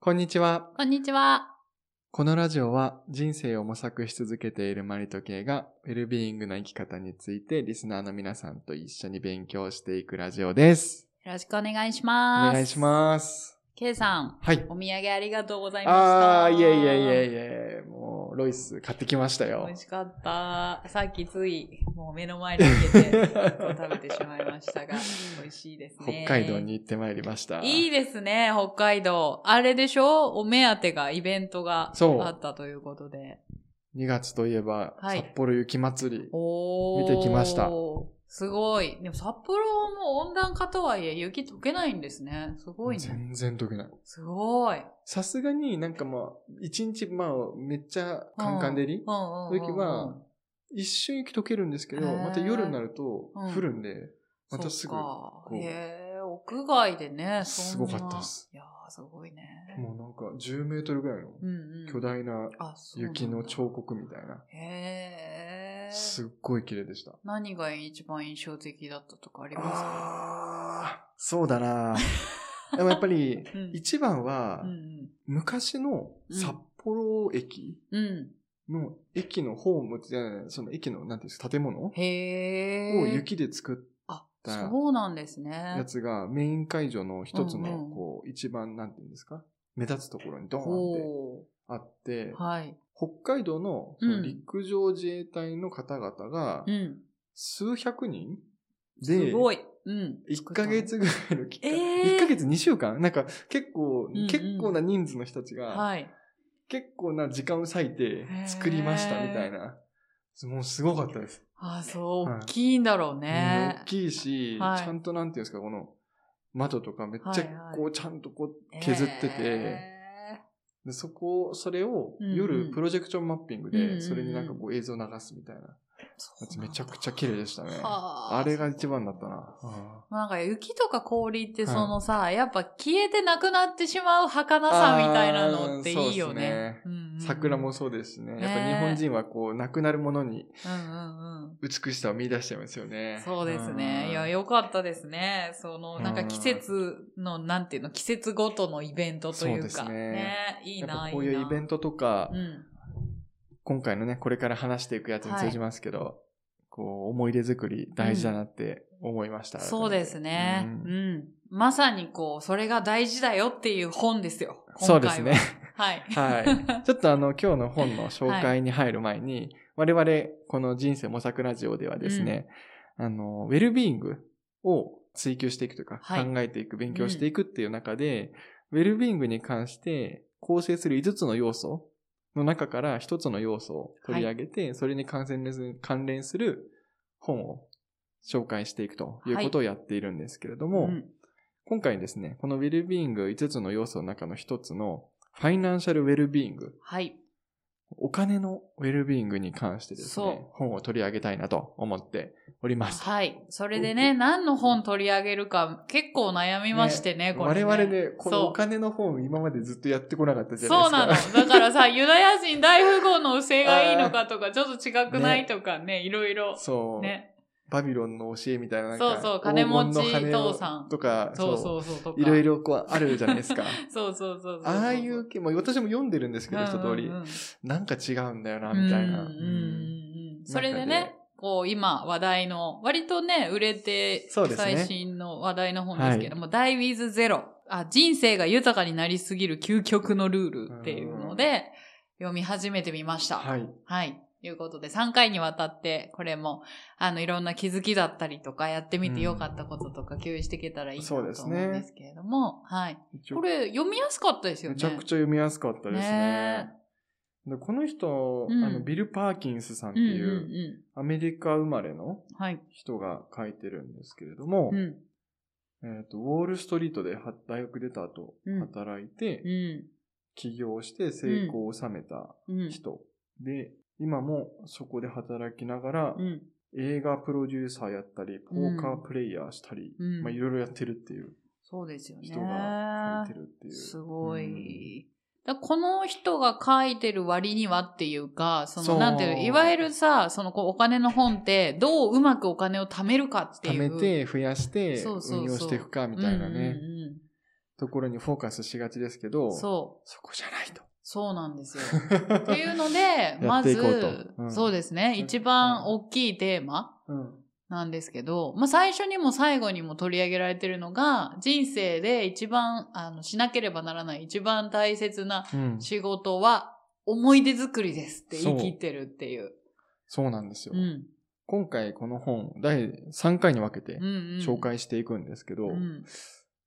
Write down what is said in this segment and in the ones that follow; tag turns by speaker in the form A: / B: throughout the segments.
A: こんにちは。
B: こんにちは。
A: このラジオは人生を模索し続けているマリトケイがウェルビーイングな生き方についてリスナーの皆さんと一緒に勉強していくラジオです。
B: よろしくお願いし
A: お
B: ます。
A: 願いし
B: す。
A: ます。
B: K さん、
A: はい。
B: お土産ありがとうございました。
A: あー、いえいえいえ
B: え。
A: いえ、もうロイス買ってきましたよ
B: 美。味しかった。さっきつい、もう目の前に入れて、一個食べてしまいましたが、美味しいですね。
A: 北海道に行ってまいりました。
B: いいですね、北海道。あれでしょお目当てが、イベントが
A: そう
B: あったということで。
A: 2月といえば、
B: はい
A: 札幌雪まつり。
B: おー。
A: 見てきました。
B: すごい。でも札幌も温暖化とはいえ雪溶けないんですね。すごいね。
A: 全然解けない。
B: すごい。
A: さすがになんかまあ、一日まあ、めっちゃカンカン照り
B: の
A: 時は一瞬雪溶けるんですけど、
B: へー
A: また夜になると
B: うん
A: 降るんで、またすぐ、もう
B: へえ、屋外でね、
A: す
B: そ
A: ご
B: んな
A: かったっす。
B: いやー、すごいね。
A: うなんか10メートルぐらいの
B: うんうん
A: 巨大な
B: あそうなんだ
A: 雪の彫刻みたいな、
B: へえ。
A: すっごい綺麗でした。
B: 何が一番印象的だったとかありますか
A: あー、そうだ なでもやっぱり
B: うん
A: 一番は
B: うんうん。
A: 昔の札幌駅
B: うん。
A: の駅のホームじゃない、その駅のなんていうんですか、建物を
B: へえ。
A: 雪で作った
B: あ、
A: た
B: そうなんです
A: や
B: ね。
A: つがメイン会場の一つ
B: うんう
A: の、
B: ん
A: こう、一番、なんていうんですか目立つところにドーンって
B: お
A: あって
B: ー。、はい。
A: 北海道のその陸上自衛隊の方々が
B: う、ん。
A: 数百人
B: す
A: で、
B: ごい。うん。
A: 1ヶ月ぐらいの期間、
B: えー
A: 1ヶ月2週間なんか結構、
B: んうん
A: 結構な人数の人たちが、
B: はい。
A: 結構な時間を割いて作りましたみたいな。もうすごかったです。
B: あ、そう、
A: はい
B: 大きいんだろう
A: うん
B: ね
A: 大。きいし、
B: はい
A: ちゃんとなんていうんですか、この窓とかめっちゃ
B: はいはい
A: こうちゃんとこう削ってて、
B: へ
A: でそこを、それを
B: うんうん
A: 夜プロジェクションマッピング
B: うんうんう
A: で、
B: ん
A: それになんかこう映像流すみたいな
B: ーそう
A: や
B: なん
A: つ
B: だ
A: めちゃくちゃ綺麗でしたね。
B: はあ
A: あれが一番だったな。
B: まあなんか雪とか氷って
A: はい
B: そのさ、やっぱ消えてなくなってしまう儚さみたいなのっていいよね。うんうんうん
A: 桜もそうですしね。やっぱ
B: ね
A: 日本人はこう、なくなるものに
B: うんうんうん。
A: 美しさを見出しちゃいますよね。
B: そうですね。いや、
A: うん
B: よかったですね。その、なん
A: う
B: か
A: ん
B: 季節の、なんていうの、季節ごとのイベントという
A: そ
B: か。
A: うですね
B: ね。いい
A: やっぱ
B: な、いいな。
A: こういうイベントとか、
B: うん。
A: 今回のね、これから話していくやつに通じますけど、こう、思い出作り大事だなって思いました。
B: そうですね、
A: 改め
B: う
A: て
B: ん。まさにこう、それが大事だよっていう本ですよ。
A: そう
B: 今回は
A: ですね。。
B: はい。
A: はい。ちょっとあの、今日の本の紹介に入る前に、我々、この人生模索ラジオではですね、あの、ウェルビーイングを追求していくというか、
B: はい
A: 考えていく、勉強していくっていう中で、ウェルビーイングに関して構成する5つの要素の中から1つの要素を取り上げて、それに関連する関連する本を紹介していくということをやっているんですけれど も、
B: うん
A: 今回ですね、このウェルビーイング5つの要素の中の1つの、ファイナンシャルウェルビーイング、
B: はい。
A: お金のウェルビーイングに関してですね
B: そ、
A: 本を取り上げたいなと思っております。
B: はい。それでね、何の本取り上げるか結構悩みましてね、これ、
A: 我
B: ね。
A: 々ね、このお
B: そ
A: 金の本今までずっとやってこなかった
B: う。
A: じゃない
B: そうなの
A: ですか。。
B: だからさ、ユダヤ人大富豪の不正がいいのか とか、ちょっと違くないとかね、いろいろ。
A: そう。
B: ね。
A: バビロンの教えみたいななんか
B: そうそう金持ち
A: 黄金の羽を
B: 父さん
A: とか、
B: そう
A: そう
B: そうそうとか。
A: いろい。ろこうあるじゃないですか。
B: そうそうそうそう。
A: ああいう系、もう私も読んでるんですけ
B: うんう
A: ど、一通
B: ん
A: り
B: う。ん
A: なんか違うんだよな、みたいな。
B: うんうんうん
A: うん
B: うんそれでね、こう今話題の、割とね、売れて、
A: そうですね
B: 最新の話題の本ですけども、Die with Zero。あ、人生が豊かになりすぎる究極のルールっていうので、読み始めてみました。
A: はい。
B: はい。ということで、3回にわたって、これも、あの、いろんな気づきだったりとか、やってみてよかったこととか、共有していけたらいいなと
A: そう
B: 思う
A: ですね
B: んですけれども、はい。
A: 一応
B: これ、読みやすかったですよね。
A: めちゃくちゃ読みやすかったですね。
B: ね
A: でこの人、
B: うん
A: あのビル・パーキンスさんって
B: うんうん
A: いう、
B: う
A: アメリカ生まれの
B: ん。はい。
A: 人が書いてるんですけれども、
B: うん。
A: えっとウォール・ストリートでは大学出た後
B: うん
A: 働いて、
B: う
A: 起業して成功を収めた
B: ん。うん。
A: 人、で、今もそこで働きながら、
B: うん。
A: 映画プロデューサーやったり、ポーカープレイヤーしたり、
B: うん
A: まあいろいろやってるっていう
B: そうですよね。
A: 人が書いてるっていう。
B: すご
A: うん
B: い。だこの人が書いてる割にはっていうか、そ
A: そう
B: の、なんていうの、いわゆるさ、そのこうお金の本って、どううまくお金を貯めるかってい
A: 貯
B: う。
A: めて、増やして、
B: そうそうそう
A: 運用していくかみたいなね。
B: うんうんうん
A: ところにフォーカスしがちですけど、そ
B: そう。
A: こじゃないと。
B: そうなんですよ。っていうので、
A: や
B: ま
A: っていこうと
B: ず、
A: うん
B: そうですね、
A: うん
B: 一番大きいテーマ
A: うん。
B: なんですけど、まあ最初にも最後にも取り上げられてるのが、人生で一番、あの、しなければならない一番大切な
A: うん。
B: 仕事は、思い出作りですって言い切ってるっていう。
A: そうなんですよ。
B: うん。
A: 今回この本、第3回に分けて
B: うん、うん。
A: 紹介していくんですけど、
B: うん。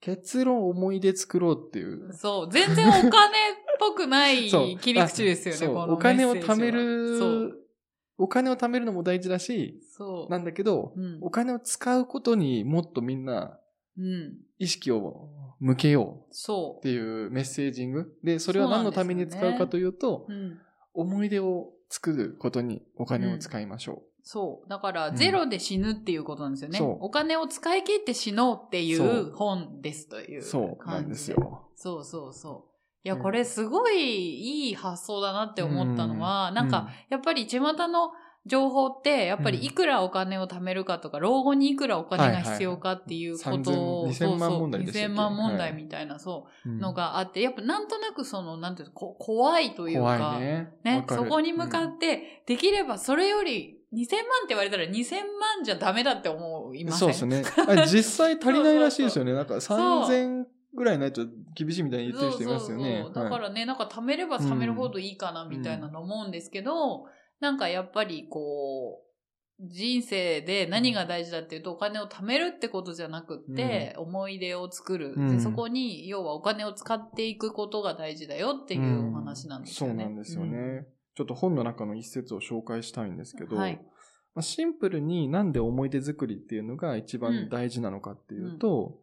A: 結論思い出作ろうっていう。
B: そう。全然お金っぽくな い
A: そう
B: 切り口ですよね、
A: そう
B: この
A: お金を
B: メッセー
A: 貯
B: ジは
A: め
B: そう。
A: る、お金を貯めるのも大事だし、
B: そう。
A: なんだけど、
B: うん
A: お金を使うことにもっとみんな
B: うん。
A: 意識を向けよう
B: そ
A: っていうメッセージング。で、それは何のために使うかというと、
B: う。うん。
A: 思い出を作ることにお金を使いましょ
B: そう。だから、
A: うん
B: ゼロで死ぬっていうことなんですよね。
A: そう
B: お金を使い切って死のうってい
A: そうう
B: 本ですと
A: う。
B: いう
A: そうなん
B: 感
A: で
B: じ
A: す
B: で。
A: よ。
B: そうそうそう。いや、
A: うん
B: これすごいいい発想だなって思ったのは、なんか、やっぱり巷の情報って、やっぱ
A: うん
B: りいくらお金を貯めるかとか、老後にいくらお金が必要かっていうこと
A: は
B: を、
A: いはい
B: そうそう
A: 3000万問題でしたっけ
B: 2000万問題みたいな、そ
A: うん、
B: う、のがあって、やっぱなんとなくその、なんていうの、こ怖いと
A: うん
B: いう
A: 怖
B: か、
A: いね。わ
B: ね、
A: かる
B: そこに向かって、できればそれより2000万って言われたら2000万じゃダメだって思いません
A: そうですね。あ実際足りないらしいですよね。なんか
B: そう
A: 3000ぐらいないと厳しいみたいに言ってる人いますよね
B: そ。うそうそうだからね、なんか貯めれば貯めるほどいいかなみたいなの思うんですけど、なんかやっぱりこう、人生で何が大事だっていうと、お金を貯めるってことじゃなくって、思い出を作る、
A: うん
B: で。そこに、要はお金を使っていくことが大事だよっていうお話なんですよね。
A: そうなんですよね。ちょっと本の中の一節を紹介したいんですけど、
B: はい
A: まあ、シンプルになんで思い出作りっていうのが一番大事なのかっていうと、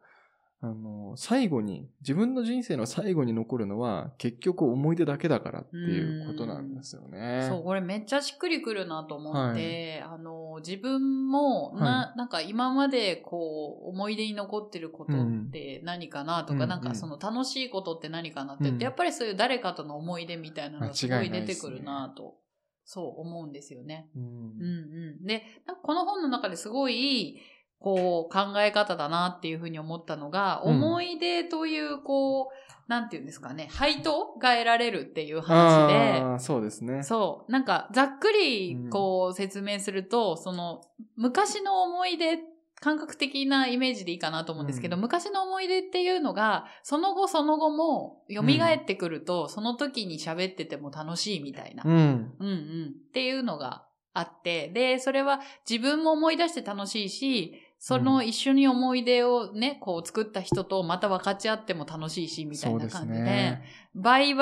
A: あの、最後に、自分の人生の最後に残るのは結局思い出だけだからっていうことなんですよね。
B: そう、これめっちゃしっくりくるなと思って、あの、自分も、な、なんか今までこう、思い出に残ってることって何かなとか、
A: うん
B: なんかその楽しいことって何かなって言って、
A: うん
B: やっぱりそういう誰かとの思い出みたいなのがすご
A: 間違
B: い
A: いない
B: 出
A: っすね
B: てくるなと、そう思うんですよね。
A: う
B: うん
A: ん。
B: うん。で、なんかこの本の中ですごい、こう、考え方だなっていうふうに思ったのが、
A: うん
B: 思い出という、こう、なんていうんですかね、配当が得られるっていう話で、
A: ああ、そうですね。
B: そう。なんか、ざっくり
A: うん、
B: こう、説明すると、その、昔の思い出、感覚的なイメージでいいかなと思うんですけど、
A: うん
B: 昔の思い出っていうのが、その後その後も、蘇ってくると、その時に喋ってても楽しいみたいな。
A: うん。
B: うんうん。っていうのがあって、で、それは自分も思い出して楽しいし、その一緒に思い出をね、こう作った人とまた分かち合っても楽しいし、みたい
A: そう
B: な
A: です
B: 感じで、
A: ね。
B: 倍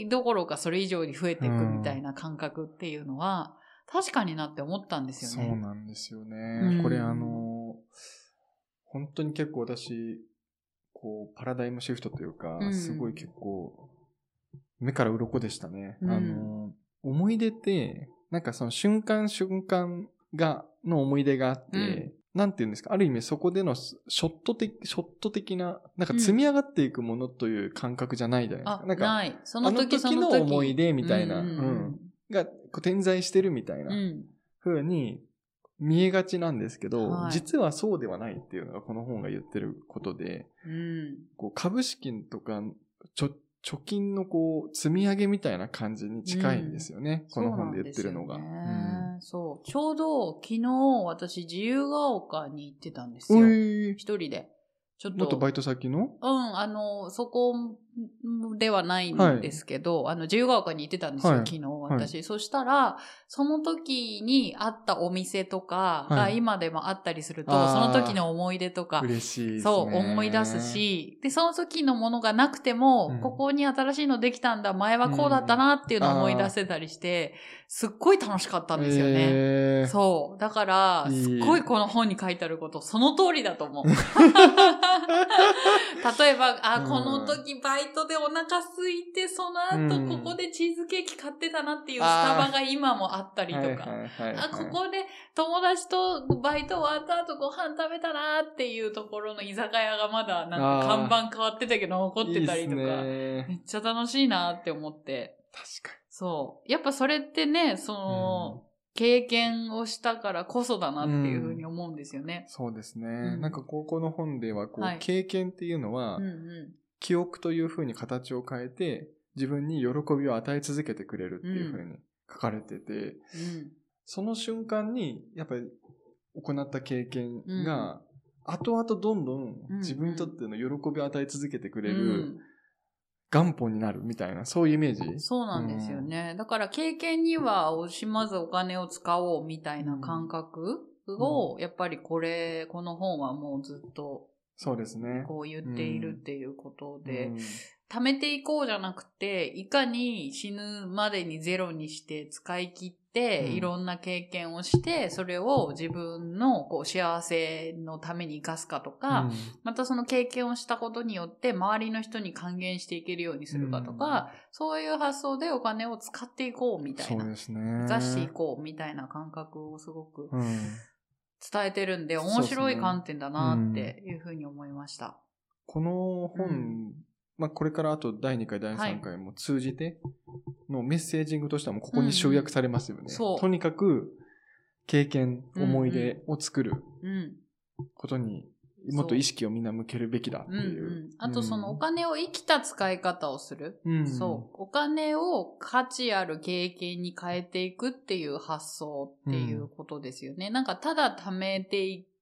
B: 々どころかそれ以上に増えていくみたいな感覚っていうのは、確かになって思ったんです
A: そ
B: よ
A: う
B: ね。
A: なんですよね。
B: うん
A: これあの、本当に結構私、こう、パラダイムシフトというか、
B: うん
A: すごい結構、目から鱗でしたね。
B: うん
A: あの、思い出って、なんかその瞬間瞬間が、の思い出があって、
B: うん
A: なんて言うんですか、ある意味そこでのショット的、ショット的な、なんか積み上がっていくものという感覚じゃないじゃないです
B: あ
A: か。、
B: な
A: なんか、
B: い。その時
A: あ
B: そ
A: の時の
B: の時。
A: 思い出みたいな
B: うんうん
A: が、こう点在してるみたい
B: うん
A: な。
B: うん
A: ふうに見えがちなんですけど、
B: はい
A: 実はそうではないっていうのがこの本が言ってることで、
B: うん
A: こう株式とかちょ貯金のこう積み上げみたいな感じに近いんですよね。この本で言ってるのが。
B: そううなんですよね
A: ん
B: そう。ちょうど昨日私自由が丘に行ってたんです
A: お
B: よ。
A: い
B: 一人で。ちょっと。
A: 元バイト先の
B: うん、あの、そこではないんですけど、あの、自由が丘に行ってたんですよ、
A: はい
B: 昨日私、そしたら、その時にあったお店とかが
A: はい
B: 今でもあったりすると、
A: あー
B: その時の思い出とか、
A: 嬉しいですね。
B: そう、思い出す。し、で、その時のものがなくても、
A: うん
B: ここに新しいのできたんだ、前はこうだったなっていうのを思い出せたりして、すっごい楽しかったんですよね。
A: えー
B: そう。だから、
A: いい
B: すっごいこの本に書いてあること、その通りだと 思う。例えば、あ、
A: うん
B: この時バイトでお腹空いて、その
A: う
B: 後
A: ん
B: ここでチーズケーキ買ってたなっていうスタバが今もあったりと
A: はい
B: か。
A: はいはいはい
B: あ、ここで友達とバイト終わった後ご飯食べたなっていうところの居酒屋がまだなんか
A: あー
B: 看板変わってたけど残ってたりとか。
A: いいです
B: め
A: ね
B: っちゃ楽しいなって思って。
A: 確
B: そう。やっぱそれってね、そ
A: かに。
B: の、
A: うん
B: 経験をしたからこそだなっていうふうに思うんですよね。
A: そうですね。
B: ん
A: なんか高校の本では、こ、
B: はいう
A: 経験っていうのは
B: うん、う
A: 昨記憶というふうに形を変えて、自分に喜びを与え続けてくれるっていうふうに書かれてて、
B: うん。
A: その瞬間に、やっぱり行った経験が、後々どんどん自分にとっての喜びを与え続けてくれる元本になるみたいな、そういうイメージ。
B: うんそうなんですよね。だから経験には惜しまずお金を使おうみたいな感覚を、やっぱりこれ、この本はもうずっと
A: そうですね。
B: こう言っているっていうことで、
A: うん
B: 貯めていこうじゃなくて、いかに死ぬまでにゼロにして使い切って、
A: うん
B: いろんな経験をして、それを自分のこう幸せのために生かすかとか、
A: うん
B: またその経験をしたことによって、周りの人に還元していけるようにするかとか、そういう発想でお金を使っていこうみたい
A: そう
B: な。
A: ですね。
B: 生かしていこうみたいな感覚をすごく
A: うん
B: 伝えてるんで、
A: そうですね
B: 面白い観点だなっていうふうに思いました。
A: この本、
B: うん
A: まあこれからあと第2回、第3回も通じてのメッセージングとしてはもうここに集約されますよね。
B: んうんそう
A: とにかく経験、思い出を作る
B: うん。
A: ことにもっと意識をみんな向けるべきだって
B: うんう
A: いう。
B: ん。あとそのお金を生きた使い方をする。
A: うん、
B: そう。お金を価値ある経験に変えていくっていう発想っていうことですよね。なんかただ貯めてい
A: う
B: く、
A: ん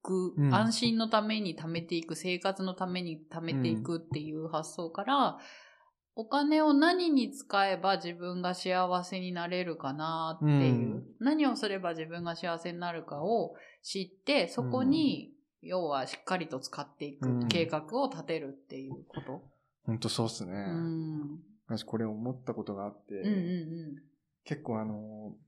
B: 安心のために貯めていく、生活のために貯めていくっていう発想から、お金を何に使えば自分が幸せになれるかなってい
A: う
B: う、
A: ん
B: 何をすれば自分が幸せになるかを知って、そこに、要はしっかりと使ってい
A: うん
B: く計画を立てるっていうこと。
A: ほんとそうっすね。
B: うん。
A: 私これ思ったことがあって、
B: うんうんうん。
A: 結構あのー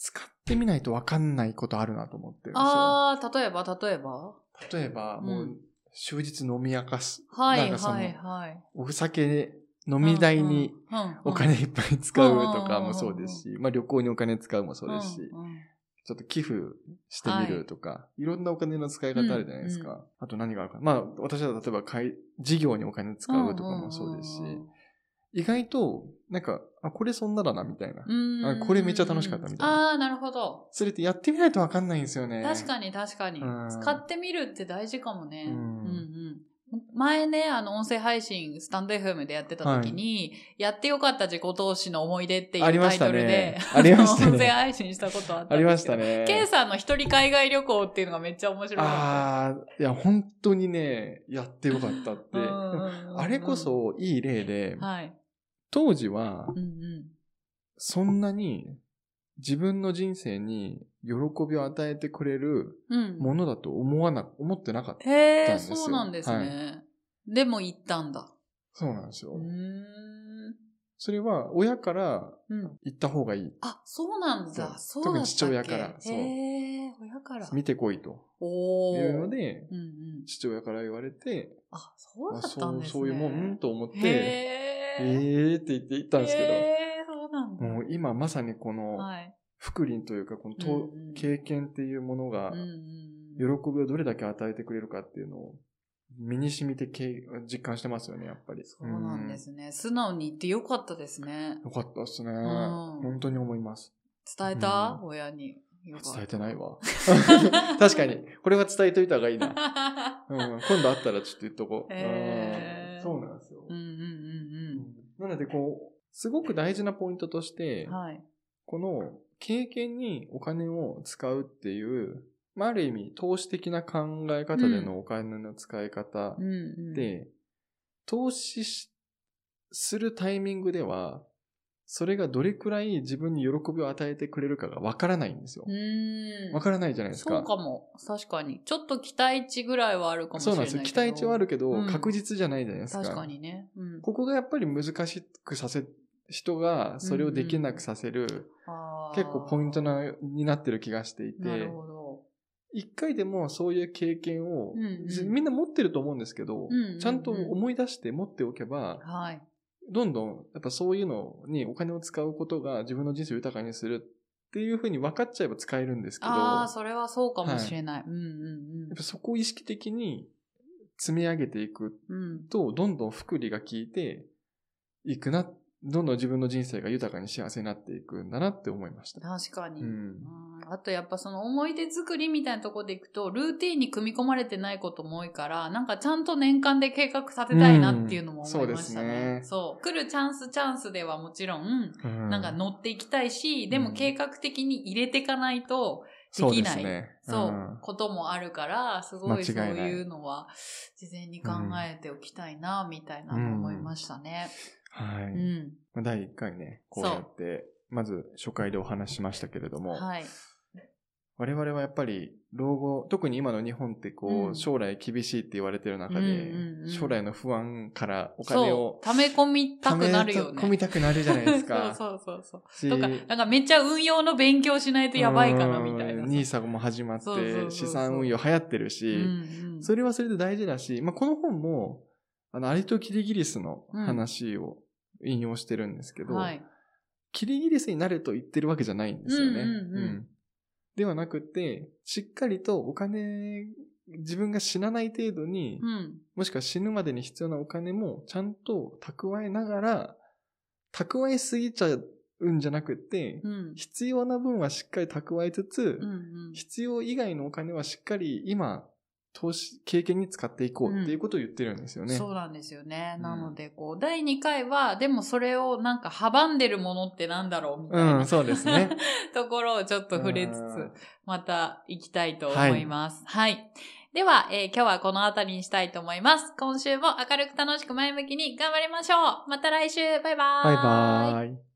A: 使ってみないとわかんないことあるなと思ってるんですよ。
B: ああ、例えば、例えば
A: 例えば、
B: うん
A: もう終日飲み明かす。
B: は
A: なん
B: い、
A: かその
B: はい、はい。
A: お酒飲み代に
B: うんうん、
A: お金いっぱい使うとかもそうですし、まあ旅行にお金使うもそうですし、
B: うんうん
A: ちょっと寄付してみるとか、い、ろんなお金の使い方あるじゃないですか。
B: うん
A: あと何があるか。まあ私は例えば買い事業にお金使うとかもそうですし、意外となんか、あ、これそんなだなみたいな。
B: うん
A: あこれめっちゃ楽しかったみたいな
B: ああー、なるほど。
A: それってやってみないとわかんないんですよね。
B: 確か
A: に。
B: に、確かに
A: うん。
B: 使ってみるって大事かもね。
A: う
B: うんんうん前ね、あの、音声配信、スタンド FM でやってた時に、やってよかった自己投資の思い出っていう
A: ありま
B: タ
A: し
B: イ
A: た
B: トル
A: ね
B: で、
A: ありましたね
B: の音声配信したことあった
A: あ
B: んですけど。
A: りましたね。
B: ケイさんの一人海外旅行っていうのがめっちゃ面白かっ
A: ああ、いや本当にね、やってよかったって。
B: た。うんうんうんうん
A: あれこ、そいい例で、
B: はい。
A: 当時は
B: うんうん。
A: そんなに自分の人生に喜びを与えてくれる
B: うん。
A: ものだと思わな、思ってなかった。
B: へ
A: たんで
B: え、
A: すよ
B: そうなんですね。でも行ったんだ。
A: そうなんですよ。
B: うーん。
A: それは親から
B: うん。
A: 行った方がいい。
B: あ、そうなんだ。
A: そ
B: そううだったっ
A: 特に
B: け
A: 父親からそう
B: へえ、親から。
A: 見てこいと。
B: お
A: い
B: お。
A: うので、
B: うんうん。
A: 父親から言われて、
B: あ、そうだ
A: あ
B: った
A: そ
B: ん
A: う
B: ですね。
A: そういうもんと思っ
B: へ
A: て、え
B: え。
A: ーって言って行ったんですけ
B: へえ、そうなん
A: ど、も
B: だ。
A: う今まさにこの
B: はい。
A: 福林というか、このと、
B: うんうん
A: 経験っていうものが
B: うんう、
A: 喜び
B: ん。
A: をどれだけ与えてくれるかっていうのを、身に染みてけ実感してますよね、やっぱり。
B: そうなんですね。素直に言ってよかったですね。
A: よかったですね。
B: ん
A: 本当に思います。
B: 伝えた親に。よかった
A: 伝えてない わ。確かに。これは伝えといた方がいいな。うん、今度会ったらちょっと言っとこう。
B: へー
A: うんそうなんですよ。
B: うんうんうん
A: なので、こう、すごく大事なポイントとして、
B: うん。はい。
A: この経験にお金を使うっていう、まあ、ある意味、投資的な考え方でのお金の使い方
B: うんうん。
A: で、投資しするタイミングでは、それがどれくらい自分に喜びを与えてくれるかがわからないんですよ。
B: うーん。
A: わからないじゃないですか。
B: そうかも。確かに。ちょっと期待値ぐらいはあるかもし
A: そう
B: れ
A: な
B: なん
A: で
B: いけ
A: す
B: ど。
A: よ。期待値はあるけど、
B: うん
A: 確実じゃないじゃないですか。
B: 確かにね。うん。
A: ここがやっぱり難しくさせ、人がそれをできなくさせる、
B: あー
A: 結構ポイントな、になってる気がしてい
B: なる
A: て、
B: ほど。
A: 一回でもそういう経験を、
B: うんうん
A: みんな持ってると思うんですけど、
B: んうんうん
A: ちゃんと思い出して持っておけば、
B: はい。
A: どんどんやっぱそういうのにお金を使うことが自分の人生を豊かにするっていうふうに分かっちゃえば使えるんですけど、
B: あ
A: や
B: あ、それはそうかもしれない。うん
A: っぱそこを意識的に積み上げていく
B: うんうん。うん。
A: と、どんどん福利が効いていくなっどんどん自分の人生が豊かに幸せになっていくんだなって思いました。
B: 確かに。
A: う
B: うん
A: ん。
B: あとやっぱその思い出作りみたいなところでいくと、ルーティンに組み込まれてないことも多いから、なんかちゃんと年間で計画立てたいなっていうのも思
A: うん
B: いました
A: そうです
B: ね
A: ね。
B: そう。来るチャンスチャンスではもちろん、なんか乗っていきたいし、で
A: う
B: も
A: ん
B: 計画的に入れていかないと、
A: そう
B: き
A: で
B: ない
A: すね。
B: そう、
A: ん
B: こともあるから、すごいそう
A: 間違いない
B: いうのは、事前に考えておきたいな、みたいなの思いましたね。
A: はい。
B: うん。
A: まあ第1回ね、こうやって、まず初回でお話ししましたけれども、
B: はい。
A: 我々はやっぱり老後、特に今の日本ってこう、
B: うん
A: 将来厳しいって言われてる中で、
B: うんうんうん
A: 将来の不安からお金を
B: そう、溜め込みたくなるよ
A: た込み
B: ね。
A: たくなるじゃないですか。
B: そうそうそうそう。
A: し
B: とか、なんかめっちゃ運用の勉強しないとやばいかな、みたいな
A: ニーサも始まって
B: そうそうそうそう
A: 資産運用流行ってる
B: う
A: し、
B: んうん
A: それはそれで大事だし、まあ、この本も、あの、アリとキリギリスの話を引用してるんですけど、
B: はい。
A: キリギリスになれと言ってるわけじゃないんですよね。
B: うんうんうん
A: ではなくて、しっかりとお金、自分が死なない程度に、
B: うん。
A: もしくは死ぬまでに必要なお金もちゃんと蓄えながら、蓄えすぎちゃうんじゃなくて、
B: うん。
A: 必要な分はしっかり蓄えつつ、
B: うんうん。
A: 必要以外のお金はしっかり今、投資、経験に使っていこうっていうことを言ってるんですよね。
B: そうなんですよね。
A: うん
B: なので、こう、第2回は、でもそれをなんか阻んでるものってなんだろうみたいな、
A: うんそうですね
B: ところをちょっと触れつつ
A: うん、
B: また行きたいと思います。はい。では、えー今日はこの辺りにしたいと思います。今週も明るく楽しく前向きに頑張りましょうまた来週バイバーイ
A: バイバーイ。